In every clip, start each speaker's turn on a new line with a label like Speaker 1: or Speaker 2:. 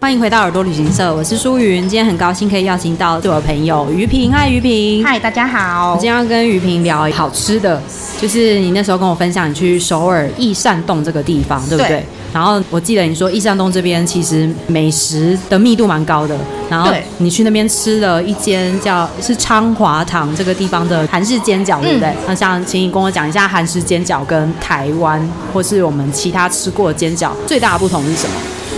Speaker 1: 欢迎回到耳朵旅行社，我是舒云。今天很高兴可以邀请到我的朋友于平，嗨，于平。
Speaker 2: 嗨，大家
Speaker 1: 我
Speaker 2: 好
Speaker 1: 今。天要跟于平聊好吃的，就是你那时候跟我分享你去首尔益善洞这个地方，对不对？
Speaker 2: 对
Speaker 1: 然后我记得你说益善洞这边其实美食的密度蛮高的，然后
Speaker 2: 对
Speaker 1: 你去那边吃了一间叫是昌华堂这个地方的韩式煎饺，对不对？那想请你跟我讲一下韩式煎饺跟台湾或是我们其他吃过的煎饺最大的不同是什么？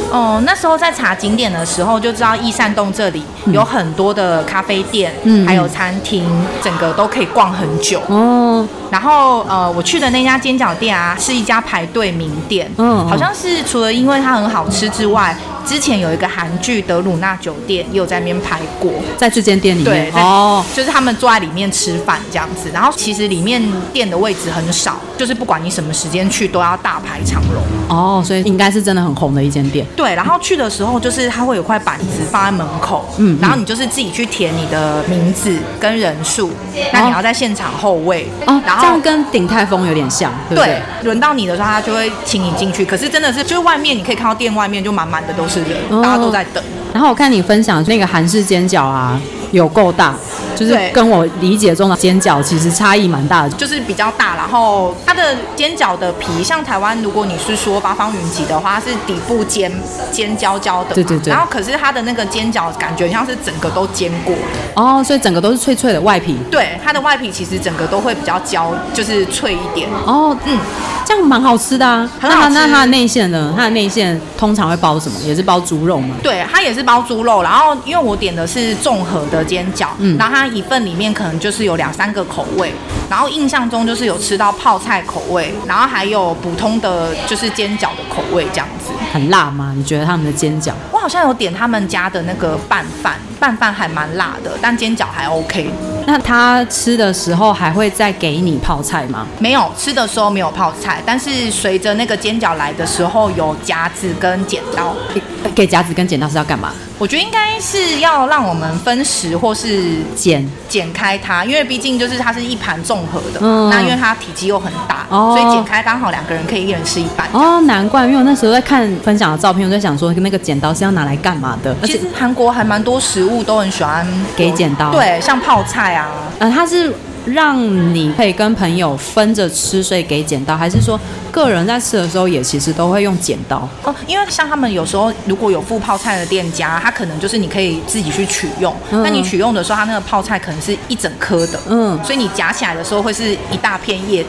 Speaker 2: 哦，那时候在查景点的时候就知道益善洞这里有很多的咖啡店，
Speaker 1: 嗯
Speaker 2: 还有餐厅，整个都可以逛很久。
Speaker 1: 哦，
Speaker 2: 然后呃，我去的那家煎饺店啊，是一家排队名店，
Speaker 1: 嗯嗯
Speaker 2: 好像是除了因为它很好吃之外，之前有一个韩剧《德鲁纳酒店》也有在那边排过，
Speaker 1: 在这间店里面
Speaker 2: 对，在
Speaker 1: 哦，
Speaker 2: 就是他们坐在里面吃饭这样子。然后其实里面店的位置很少，就是不管你什么时间去都要大排长龙。
Speaker 1: 哦，所以应该是真的很红的一间店。
Speaker 2: 对，然后去的时候就是它会有块板子放在门口，
Speaker 1: 嗯嗯
Speaker 2: 然后你就是自己去填你的名字跟人数，那你要在现场候位，
Speaker 1: 哦，
Speaker 2: 然
Speaker 1: 这
Speaker 2: 后
Speaker 1: 样。跟鼎泰丰有点像，对不对
Speaker 2: 对？，轮到你的时候，他就会请你进去。可是真的是，就是外面你可以看到店外面就满满的都是人，
Speaker 1: 哦
Speaker 2: 大家都在等。
Speaker 1: 然后我看你分享那个韩式煎饺啊，有够大，就是
Speaker 2: 对
Speaker 1: 跟我理解中的煎饺其实差异蛮大的。
Speaker 2: 就是比较大，然后它的煎饺的皮，像台湾如果你是说八方云集的话，它是底部尖尖焦焦的嘛，
Speaker 1: 对对对
Speaker 2: 然后可是它的那个煎饺感觉像是整个都煎过，
Speaker 1: 哦，所以整个都是脆脆的外皮。
Speaker 2: 对，它的外皮其实整个都会比较焦，就是脆一点。
Speaker 1: 哦，
Speaker 2: 嗯，
Speaker 1: 这样蛮好吃的啊。
Speaker 2: 很
Speaker 1: 那它
Speaker 2: 好吃
Speaker 1: 那它的内馅呢？它的内馅通常会包什么？也是包猪肉吗？
Speaker 2: 对，它也是包猪肉，然后因为我点的是综合的煎饺，
Speaker 1: 嗯
Speaker 2: 然后它一份里面可能就是有两三个口味，然后印象中就是有吃到泡菜口味，然后还有普通的就是煎饺的口味这样子。
Speaker 1: 很辣吗？你觉得他们的煎饺？
Speaker 2: 我好像有点他们家的那个拌饭，拌饭还蛮辣的，但煎饺还 OK。
Speaker 1: 那他吃的时候还会再给你泡菜吗？
Speaker 2: 没有吃的时候没有泡菜，但是随着那个煎饺来的时候有夹子跟剪刀，
Speaker 1: 给给夹子跟剪刀是要干嘛？
Speaker 2: 我觉得应该是要让我们分食或是
Speaker 1: 剪
Speaker 2: 剪开它，因为毕竟就是它是一盘综合的，
Speaker 1: 嗯
Speaker 2: 那因为它体积又很大，
Speaker 1: 哦
Speaker 2: 所以剪开刚好两个人可以一人吃一半。
Speaker 1: 哦，难怪，因为我那时候在看分享的照片，我在想说那个剪刀是要拿来干嘛的？而
Speaker 2: 其
Speaker 1: 且
Speaker 2: 实，韩国还蛮多食物都很喜欢
Speaker 1: 哦给剪刀
Speaker 2: 对，像泡菜啊，
Speaker 1: 呃，它是让你可以跟朋友分着吃，所以给剪刀，还是说个人在吃的时候也其实都会用剪刀？
Speaker 2: 哦，因为像他们有时候如果有附泡菜的店家，他可能就是你可以自己去取用，
Speaker 1: 嗯
Speaker 2: 那你取用的时候，它那个泡菜可能是一整颗的，
Speaker 1: 嗯
Speaker 2: 所以你夹起来的时候会是一大片叶子，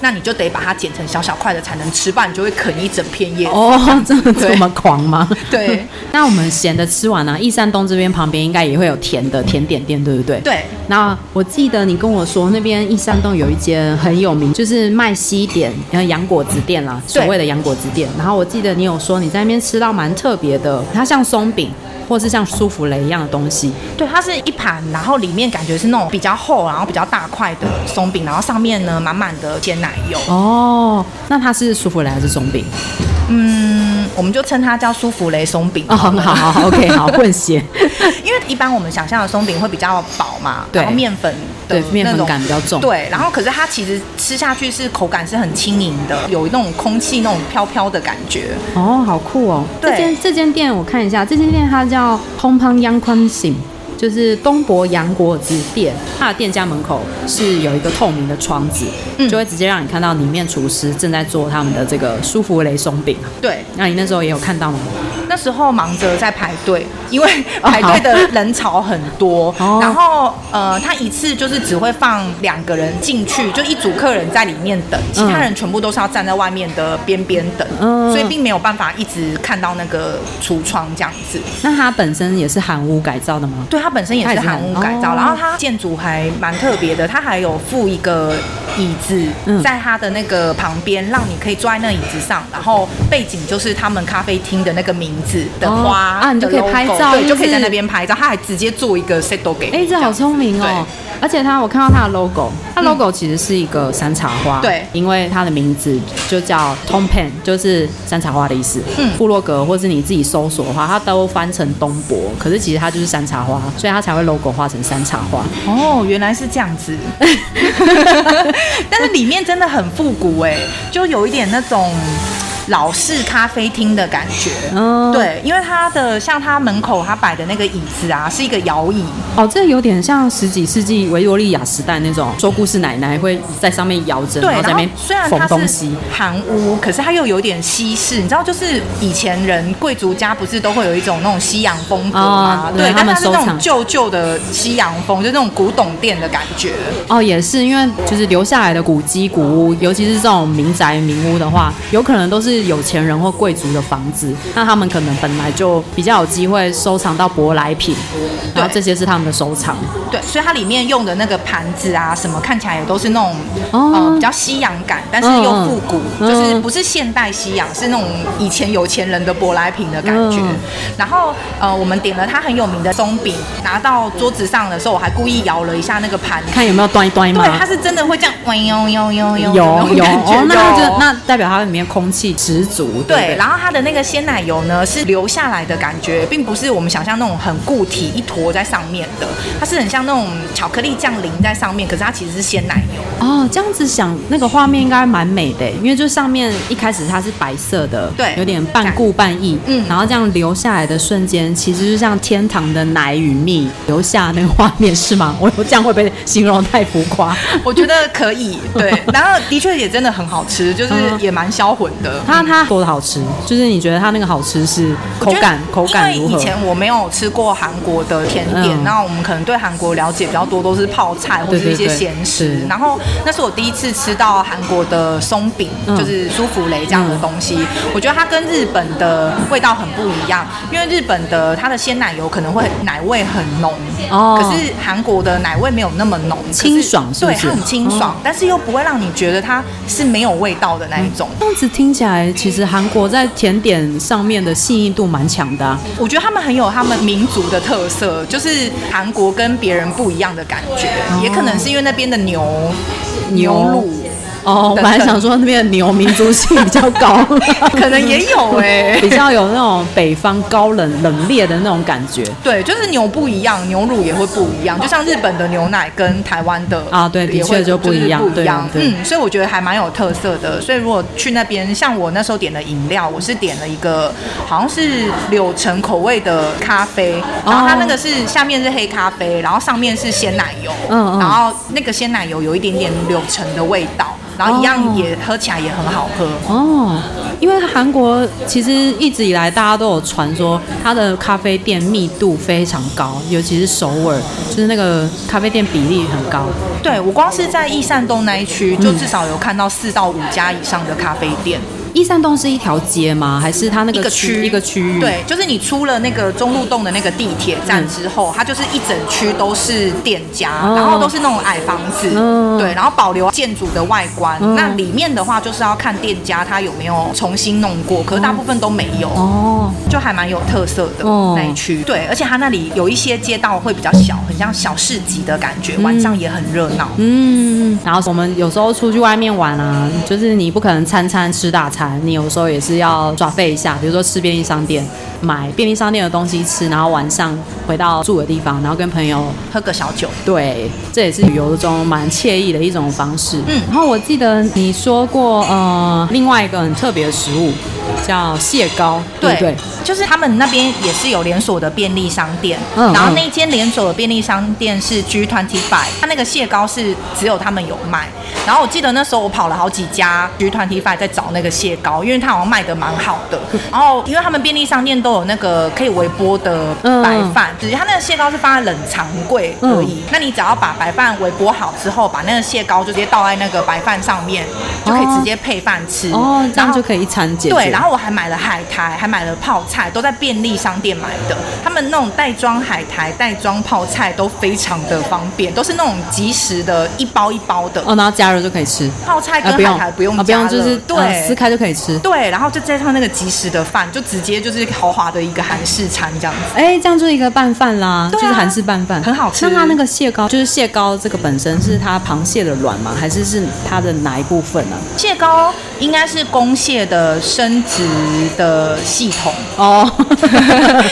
Speaker 2: 那你就得把它剪成小小块的才能吃，不然你就会啃一整片叶子。
Speaker 1: 哦， 真的这
Speaker 2: 对
Speaker 1: 么狂吗？
Speaker 2: 对。
Speaker 1: 那我们咸的吃完了、啊，益善东这边旁边应该也会有甜的甜点店，对不对？。
Speaker 2: 对，
Speaker 1: 那我记得你跟我说，那边益善洞有一间呃很有名，就是卖西点，然后洋果子店啦，所
Speaker 2: 对
Speaker 1: 谓的洋果子店。然后我记得你有说你在那边吃到蛮特别的，它像松饼或是像舒芙蕾一样的东西。
Speaker 2: 对，它是一盘，然后里面感觉是那种比较厚，然后比较大块的松饼，然后上面呢满满的鲜奶油，
Speaker 1: 哦，那它是舒芙蕾还是松饼？
Speaker 2: 嗯，我们就称它叫舒芙蕾松饼
Speaker 1: 哦，很
Speaker 2: 了
Speaker 1: 好，好好，OK，好混血，
Speaker 2: 因为一般我们想象的松饼会比较薄嘛，
Speaker 1: 对
Speaker 2: 然后面粉的
Speaker 1: 对面粉
Speaker 2: 那种
Speaker 1: 感比较重
Speaker 2: 对，然后可是它其实吃下去是口感是很轻盈的，有那种空气那种飘飘的感觉。
Speaker 1: 哦，好酷哦。
Speaker 2: 对
Speaker 1: 这间这间店我看一下，这间店它叫通胖央宽醒。就是东博洋果子店，它的店家门口是有一个透明的窗子，
Speaker 2: 嗯
Speaker 1: 就会直接让你看到里面厨师正在做他们的这个舒芙蕾松饼。
Speaker 2: 对，
Speaker 1: 那你那时候也有看到吗？
Speaker 2: 那时候忙着在排 队，因为
Speaker 1: 哦
Speaker 2: 排队的人潮很多。
Speaker 1: 哦
Speaker 2: 然后呃，他一次就是只会放两个人进去，就一组客人在里面等，其他人全部都是要站在外面的边边等，
Speaker 1: 嗯
Speaker 2: 所以并没有办法一直看到那个橱窗这样子。
Speaker 1: 那它本身也是韩屋改造的吗？
Speaker 2: 对，它本身也
Speaker 1: 它也
Speaker 2: 是
Speaker 1: 是
Speaker 2: 韩
Speaker 1: 韩
Speaker 2: 屋改造，
Speaker 1: 哦
Speaker 2: 然后它建筑还蛮特别的，它还有附一个椅子
Speaker 1: 嗯
Speaker 2: 在它的那个旁边，让你可以坐在那椅子上，然后背景就是他们咖啡厅的那个名字的
Speaker 1: 哦
Speaker 2: 花
Speaker 1: 啊你就
Speaker 2: 的
Speaker 1: 可以拍
Speaker 2: logo，
Speaker 1: 照
Speaker 2: 对，
Speaker 1: 就
Speaker 2: 就可以
Speaker 1: 是
Speaker 2: 在那边拍照。它还直接做一个 set 都给你，
Speaker 1: 哎、这好
Speaker 2: 样
Speaker 1: 聪明哦！而且它，我看到它的 logo，它
Speaker 2: 嗯
Speaker 1: logo 其实是一个山茶花，
Speaker 2: 对
Speaker 1: 因为它的名字就叫 Tom Pen，就是山茶花的意思。
Speaker 2: 嗯
Speaker 1: 部落格或是你自己搜索的话，它都翻成东博，可是其实它就是山茶花，所以它才会 logo 画成山茶花。
Speaker 2: 哦，原来是这样 子，欸但是里面真的很复古哎，就有一点那种老式咖啡厅的感觉。
Speaker 1: 嗯，
Speaker 2: 对，因为它的像它门口它摆的那个椅子啊，是一个摇椅，
Speaker 1: 哦，这有点像十几世纪维多利亚时代那种说故事奶奶会在上面摇着，
Speaker 2: 对，
Speaker 1: 后在
Speaker 2: 然
Speaker 1: 那
Speaker 2: 后
Speaker 1: 边
Speaker 2: 虽然
Speaker 1: 缝
Speaker 2: 它
Speaker 1: 东
Speaker 2: 是
Speaker 1: 西。
Speaker 2: 韩屋，可是它又有点西式，你知道，就是以前人贵族家不是都会有一种那种西洋风格吗？
Speaker 1: 哦对
Speaker 2: 对，
Speaker 1: 他
Speaker 2: 但
Speaker 1: 们
Speaker 2: 它是那
Speaker 1: 收
Speaker 2: 种
Speaker 1: 藏
Speaker 2: 旧旧的西洋风，就那种古董店的感觉。
Speaker 1: 哦，也是，因为就是留下来的古迹、古屋，尤其是这种民宅、民屋的话，有可能都是有钱人或贵族的房子，那他们可能本来就比较有机会收藏到舶来品，然后
Speaker 2: 对
Speaker 1: 这些是他们的收藏。
Speaker 2: 对，所以它里面用的那个盘子啊，什么看起来也都是那种、
Speaker 1: 哦
Speaker 2: 呃比较西洋感，但是又复古，
Speaker 1: 嗯嗯
Speaker 2: 就是不是现代西洋，是那种以前有钱人的舶来品的感觉。
Speaker 1: 嗯
Speaker 2: 然后呃，我们点了它很有名的松饼，拿到桌子上的时候，我还故意摇了一下那个盘子。
Speaker 1: 看有没有端一端吗？
Speaker 2: 对，它是真的会这样，嗡呦呦呦呦，
Speaker 1: 有
Speaker 2: 那种
Speaker 1: 有
Speaker 2: 感觉
Speaker 1: 哦，那它
Speaker 2: 有
Speaker 1: 就那代表它里面空气十足，对不
Speaker 2: 对，
Speaker 1: 对
Speaker 2: 然后它的那个鲜奶油呢是流下来的感觉，并不是我们想象那种很固体一坨在上面的，它是很像那种巧克力酱淋在上面，可是它其实是鲜奶油。
Speaker 1: 哦，这样子想，那个画面应该蛮美的，因为就上面一开始它是白色的，
Speaker 2: 对
Speaker 1: 有点半固半意，
Speaker 2: 嗯
Speaker 1: 然后这样流下来的瞬间，其实就像天堂的奶与蜜流下那个画面是吗？ 我这样会被形容太浮夸。
Speaker 2: 我觉得可以， 对，然后的确也真的很好吃，就是
Speaker 1: 嗯
Speaker 2: 也蛮销魂的。
Speaker 1: 它它多好吃，就是你觉得它那个好吃是口感口感
Speaker 2: 因
Speaker 1: 如
Speaker 2: 为
Speaker 1: 何
Speaker 2: 以？前我没有吃过韩国的甜点，
Speaker 1: 嗯
Speaker 2: 那我们可能对韩国了解比较多都是泡菜或
Speaker 1: 对
Speaker 2: 是一
Speaker 1: 对
Speaker 2: 些
Speaker 1: 对
Speaker 2: 咸食
Speaker 1: 是。
Speaker 2: 然后那是我第一次吃到韩国的松饼，
Speaker 1: 嗯
Speaker 2: 就是舒芙蕾这样的东西。我觉得它跟日本的味道很不一样，因为日本的它的鲜奶油可能会奶味很浓，
Speaker 1: 哦
Speaker 2: 可是韩国的奶味没有那么浓，可是
Speaker 1: 清爽是不哦
Speaker 2: 对，
Speaker 1: 是
Speaker 2: 它很清爽，但是又不会让你觉得它是没有味道的那一种。
Speaker 1: 这样子听起来，其实韩国在甜点上面的细腻度蛮强的、啊。
Speaker 2: 我觉得他们很有他们民族的特色，就是韩国跟别人不一样的感觉，也可能是因为那边的牛
Speaker 1: 牛
Speaker 2: 乳，
Speaker 1: 哦，我本来想说那边的牛民族性比较高，
Speaker 2: 可能也有哎、
Speaker 1: 比较有那种北方高冷冷冽的那种感觉
Speaker 2: 对，就是牛不一样，牛乳也会不一样，就像日本的牛奶跟台湾的
Speaker 1: 哦啊对的
Speaker 2: 也会
Speaker 1: 确就
Speaker 2: 不
Speaker 1: 不一样
Speaker 2: 不一样。
Speaker 1: 对对
Speaker 2: 嗯，所以我觉得还蛮有特色的。所以如果去那边，像我那时候点的饮料，我是点了一个好像是柳橙口味的咖啡，然后它
Speaker 1: 哦
Speaker 2: 那个是下面是黑咖啡，然后上面是鲜奶油，
Speaker 1: 嗯嗯
Speaker 2: 然后那个鲜奶油有一点点柳橙的味道，然后一样
Speaker 1: 哦
Speaker 2: 也喝起来也很好喝。
Speaker 1: 哦。因为韩国其实一直以来大家都有传说，它的咖啡店密度非常高，尤其是首尔，就是那个咖啡店比例很高。
Speaker 2: 对我光是在益善洞那一区，就至少有看到四到五家以上的咖啡店。
Speaker 1: 益善洞是一条街吗？还是它那
Speaker 2: 一
Speaker 1: 个
Speaker 2: 个区
Speaker 1: 一个区域？，嗯
Speaker 2: 对，就是你出了那个中路洞的那个地铁站之后，它就是一整区都是店家，
Speaker 1: 哦
Speaker 2: 然后都是那种矮房子，
Speaker 1: 嗯
Speaker 2: 对，然后保留建筑的外观。
Speaker 1: 嗯
Speaker 2: 那里面的话，就是要看店家他有没有重新弄过，可是大部分都没有，
Speaker 1: 哦，
Speaker 2: 就还蛮有特色的、
Speaker 1: 哦
Speaker 2: 那一区。对，而且它那里有一些街道会比较小，很像小市集的感觉，晚上也很热闹。
Speaker 1: 嗯。然后我们有时候出去外面玩啊，就是你不可能餐餐吃大餐，你有时候也是要耍费一下，比如说吃便利商店，买便利商店的东西吃，然后晚上回到住的地方，然后跟朋友
Speaker 2: 喝个小酒，
Speaker 1: 对，这也是旅游中蛮惬意的一种方式。
Speaker 2: 嗯
Speaker 1: 然后我记得你说过，呃，另外一个很特别的食物叫蟹膏，对不对？
Speaker 2: 就是他们那边也是有连锁的便利商店，
Speaker 1: 嗯
Speaker 2: 然后
Speaker 1: 嗯
Speaker 2: 那间连锁的便利商店是 G Twenty Five，它那个蟹膏是只有他们有卖。然后我记得那时候我跑了好几家 G Twenty Five 在找那个蟹膏，因为它好像卖的蛮好 的。然后因为他们便利商店都有那个可以微波的白
Speaker 1: 嗯
Speaker 2: 饭，只是它那个蟹膏是放在冷藏柜而已。那你只要把白饭微波好之后，把那个蟹膏就直接倒在那个白饭上面，就可以直接配饭吃。
Speaker 1: 哦，这
Speaker 2: 然
Speaker 1: 样
Speaker 2: 后
Speaker 1: 就可以一餐解决。
Speaker 2: 对，然后我还买了海苔，还买了泡菜，都在便利商店买的。他们那种袋装海苔、袋装泡菜都非常的方便，都是那种即食的，一包一包的。
Speaker 1: 哦，然后加热就可以吃。
Speaker 2: 泡菜跟
Speaker 1: 啊，不
Speaker 2: 海
Speaker 1: 用，
Speaker 2: 苔不用
Speaker 1: 啊，不
Speaker 2: 加了，
Speaker 1: 用，就是
Speaker 2: 对、
Speaker 1: 呃撕开就可以吃。
Speaker 2: 对，然后就再上那个即食的饭，就直接就是豪华的一个韩式餐这样子。
Speaker 1: 哎，这样就是一个拌饭啦，
Speaker 2: 对啊
Speaker 1: 就是韩式拌饭，
Speaker 2: 很好吃
Speaker 1: 那它那个蟹膏，就是蟹膏这个本身是它螃蟹的卵吗？还是是它的哪一部分呢、啊
Speaker 2: 蟹膏应该是公蟹的生殖的系 统，
Speaker 1: 哦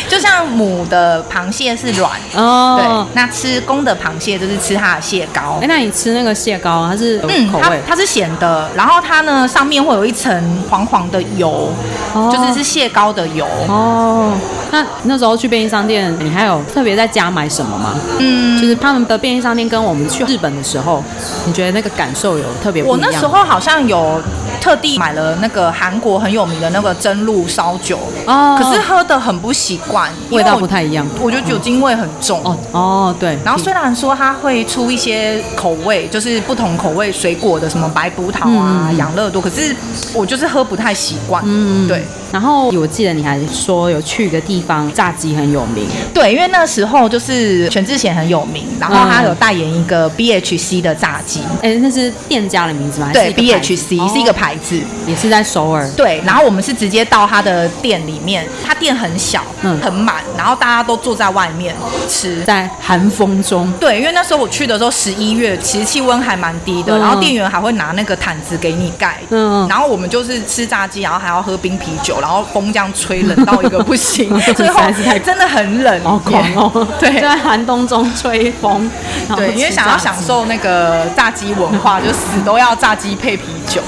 Speaker 2: 就像母的螃蟹是卵，
Speaker 1: 哦
Speaker 2: 对，，那吃公的螃蟹就是吃它的蟹膏
Speaker 1: 哎、。那你吃那个蟹膏，它是有
Speaker 2: 嗯，
Speaker 1: 口
Speaker 2: 它
Speaker 1: 味？
Speaker 2: 它是咸的，然后它呢上面会有一层黄黄的油，
Speaker 1: 哦
Speaker 2: 就是是蟹膏的油。
Speaker 1: 哦，那那时候去便利商店，你还有特别在家买什么吗？
Speaker 2: 嗯，
Speaker 1: 就是他们的便利商店跟我们去日本的时候，你觉得那个感受有特别不
Speaker 2: 我
Speaker 1: 一样吗？
Speaker 2: 那时候好像有特地买了那个韩国很有名的那个蒸露烧酒，
Speaker 1: 哦，
Speaker 2: 可是喝的很不习惯，因为
Speaker 1: 味道
Speaker 2: 我
Speaker 1: 不太一样
Speaker 2: 我觉得酒精味很重。
Speaker 1: 哦哦对，
Speaker 2: 然后虽然说它会出一些口味，就是不同口味水果的什么白葡萄啊、
Speaker 1: 嗯
Speaker 2: 养乐多，可是我就是喝不太习惯。嗯，对
Speaker 1: 然后我记得你还说有去一个地方炸鸡很有名，
Speaker 2: 对，因为那时候就是全智贤很有名，然后他
Speaker 1: 嗯
Speaker 2: 有代言一个 BHC 的炸鸡，
Speaker 1: 哎，那是店家的名字吗？还是
Speaker 2: 对
Speaker 1: 一个牌子
Speaker 2: ，BHC 是一个，
Speaker 1: 哦
Speaker 2: 牌子。
Speaker 1: 也是在首尔。
Speaker 2: 对，然后我们是直接到他的店里面，他店很小，
Speaker 1: 嗯
Speaker 2: 很满，然后大家都坐在外面吃。
Speaker 1: 在寒风中，
Speaker 2: 对，因为那时候我去的时候十一月，其实气温还蛮低
Speaker 1: 嗯
Speaker 2: 的，然后店员还会拿那个毯子给你盖，
Speaker 1: 嗯，
Speaker 2: 然后我们就是吃炸鸡，然后还要喝冰啤酒，然后风这样吹冷到一个不行 最
Speaker 1: 实
Speaker 2: 后
Speaker 1: 在是太
Speaker 2: 真的很冷，
Speaker 1: 好狂 哦！ 就
Speaker 2: 嗯对
Speaker 1: 在寒冬中吹风，然后
Speaker 2: 对，因为
Speaker 1: 吃
Speaker 2: 想要
Speaker 1: 炸鸡
Speaker 2: 享受那个炸鸡文化，就死都要炸鸡配啤 酒。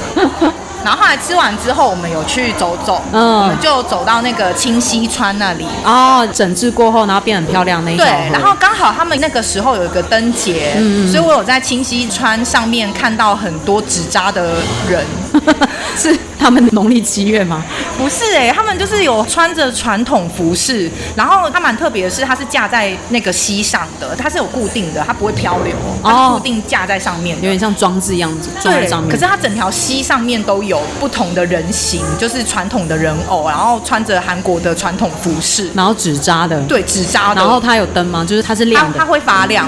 Speaker 2: 然后后来吃完之后，我们有去走走，
Speaker 1: 嗯
Speaker 2: 我们就走到那个清溪川那里。
Speaker 1: 哦，整治过后，然后变很漂亮那一条
Speaker 2: 对
Speaker 1: 河。，
Speaker 2: 然后刚好他们那个时候有一个灯节，所以我有在清溪川上面看到很多纸扎的人。
Speaker 1: 是他们的农历七月吗？
Speaker 2: 不是哎、他们就是有穿着传统服饰，然后它蛮特别的是，它是架在那个溪上的，它是有固定的，它不会漂流，它
Speaker 1: 哦
Speaker 2: 是固定架在上面的
Speaker 1: 有。点像装置一样子，装在
Speaker 2: 对
Speaker 1: 上，面。
Speaker 2: 可是它整条溪上面都有不同的人形，就是传统的人偶，然后穿着韩国的传统服饰，
Speaker 1: 然后纸扎的，，
Speaker 2: 对，纸扎的，
Speaker 1: 然后它有灯吗？就是它是
Speaker 2: 它
Speaker 1: 亮
Speaker 2: 它
Speaker 1: 的。
Speaker 2: 会 发亮，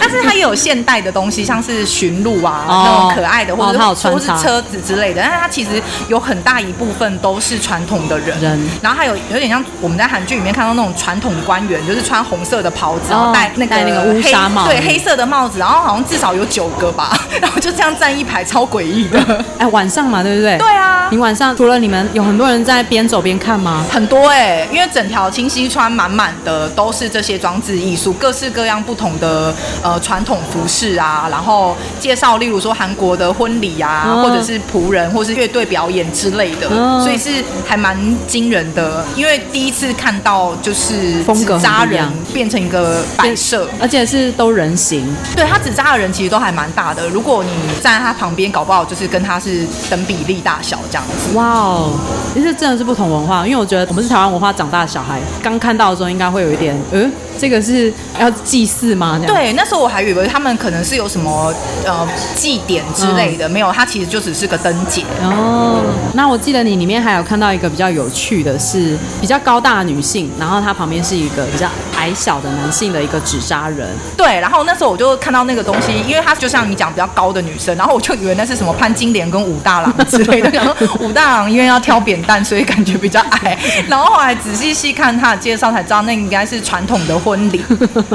Speaker 2: 但是它也有现代的东西，像是驯鹿啊、
Speaker 1: 哦
Speaker 2: 那种可爱的，或者
Speaker 1: 哦
Speaker 2: 是、
Speaker 1: 它有穿
Speaker 2: 或是
Speaker 1: 插
Speaker 2: 车子之类的。但是它其实有很大一部分都是传统的人，
Speaker 1: 人
Speaker 2: 然后还有有点像我们在韩剧里面看到那种传统官员，就是穿红色的袍子，然后戴那个
Speaker 1: 哦戴那个乌
Speaker 2: 黑
Speaker 1: 纱帽
Speaker 2: 对，黑色的帽子，然后好像至少有九个吧， 然后就这样站一排，超诡 异的。
Speaker 1: 哎，晚上嘛，对不对？
Speaker 2: 对啊
Speaker 1: 你晚上除了你们，有很多人在边走边看吗？
Speaker 2: 很多哎、因为整条清溪川满满的都是这些装置艺术，各式各样不同的呃传统服饰啊，然后介绍例如说韩国的婚礼啊，
Speaker 1: 嗯
Speaker 2: 或者是仆人或是乐队表演之类的，
Speaker 1: 嗯
Speaker 2: 所以是还蛮惊人的。因为第一次看到就是
Speaker 1: 风格很不一样
Speaker 2: 纸扎人变成一个摆设，
Speaker 1: 而且是都人形，
Speaker 2: 对他纸扎的人其实都还蛮大的，如果你站在他旁边，搞不好就是跟他是等比例大小这样子。
Speaker 1: 哇哦！其实真的是不同文化，因为我觉得我们是台湾文化长大的小孩，刚看到的时候应该会有一点，呃，这个是要祭祀吗？这样。
Speaker 2: 对，那时候我还以为他们可能是有什么呃祭典之类
Speaker 1: 嗯
Speaker 2: 的，没有，它其实就只是个灯节。
Speaker 1: 哦，那我记得你里面还有看到一个比较有趣的是，比较高大的女性，然后她旁边是一个比较矮小的男性的一个纸扎人，
Speaker 2: 对，然后那时候我就看到那个东西，因为它就像你讲比较高的女生，然后我就以为那是什么潘金莲跟武大郎之类的，然后武大郎因为要挑扁担，所以感觉比较矮。然后后来仔细细看他的介绍才知道，那应该是传统的婚礼。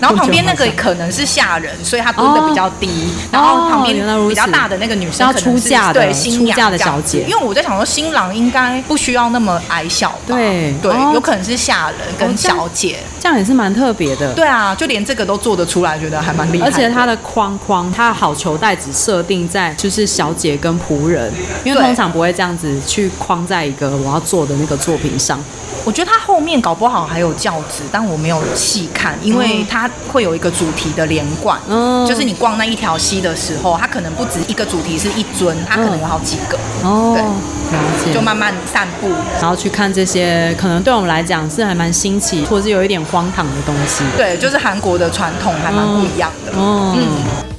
Speaker 2: 然后旁边那个可能是下人，所以他蹲的比较低。然后旁边
Speaker 1: 原来如此
Speaker 2: 比较大的那个女生
Speaker 1: 是要
Speaker 2: 可能
Speaker 1: 出嫁的
Speaker 2: 对新娘
Speaker 1: 哦出嫁的
Speaker 2: 这样
Speaker 1: 小姐
Speaker 2: 子因为我在想说新郎应该不需要那么矮小吧？
Speaker 1: 对
Speaker 2: 对，
Speaker 1: 哦
Speaker 2: 有可能是下人跟小姐。
Speaker 1: 这样也是蛮特别的。
Speaker 2: 对啊，就连这个都做得出来，觉得还蛮厉害
Speaker 1: 而
Speaker 2: 的。
Speaker 1: 且它的框框，它的好球袋只设定在就是小姐跟仆人，因为
Speaker 2: 对
Speaker 1: 通常不会这样子去框在一个我要做的那个作品上。
Speaker 2: 我觉得它后面搞不好还有教子，但我没有细看，因为它会有一个主题的连贯。
Speaker 1: 嗯
Speaker 2: 就是你逛那一条溪的时候，它可能不止一个主题是一尊，它可能有好几个，
Speaker 1: 哦，
Speaker 2: 对
Speaker 1: 了解。
Speaker 2: 就慢慢散步。
Speaker 1: 然后去看这些，可能对我们来讲是还蛮新奇，或者是有一点荒唐的东西。
Speaker 2: 对，就是韩国的传统还蛮不一样的。
Speaker 1: 哦，
Speaker 2: 嗯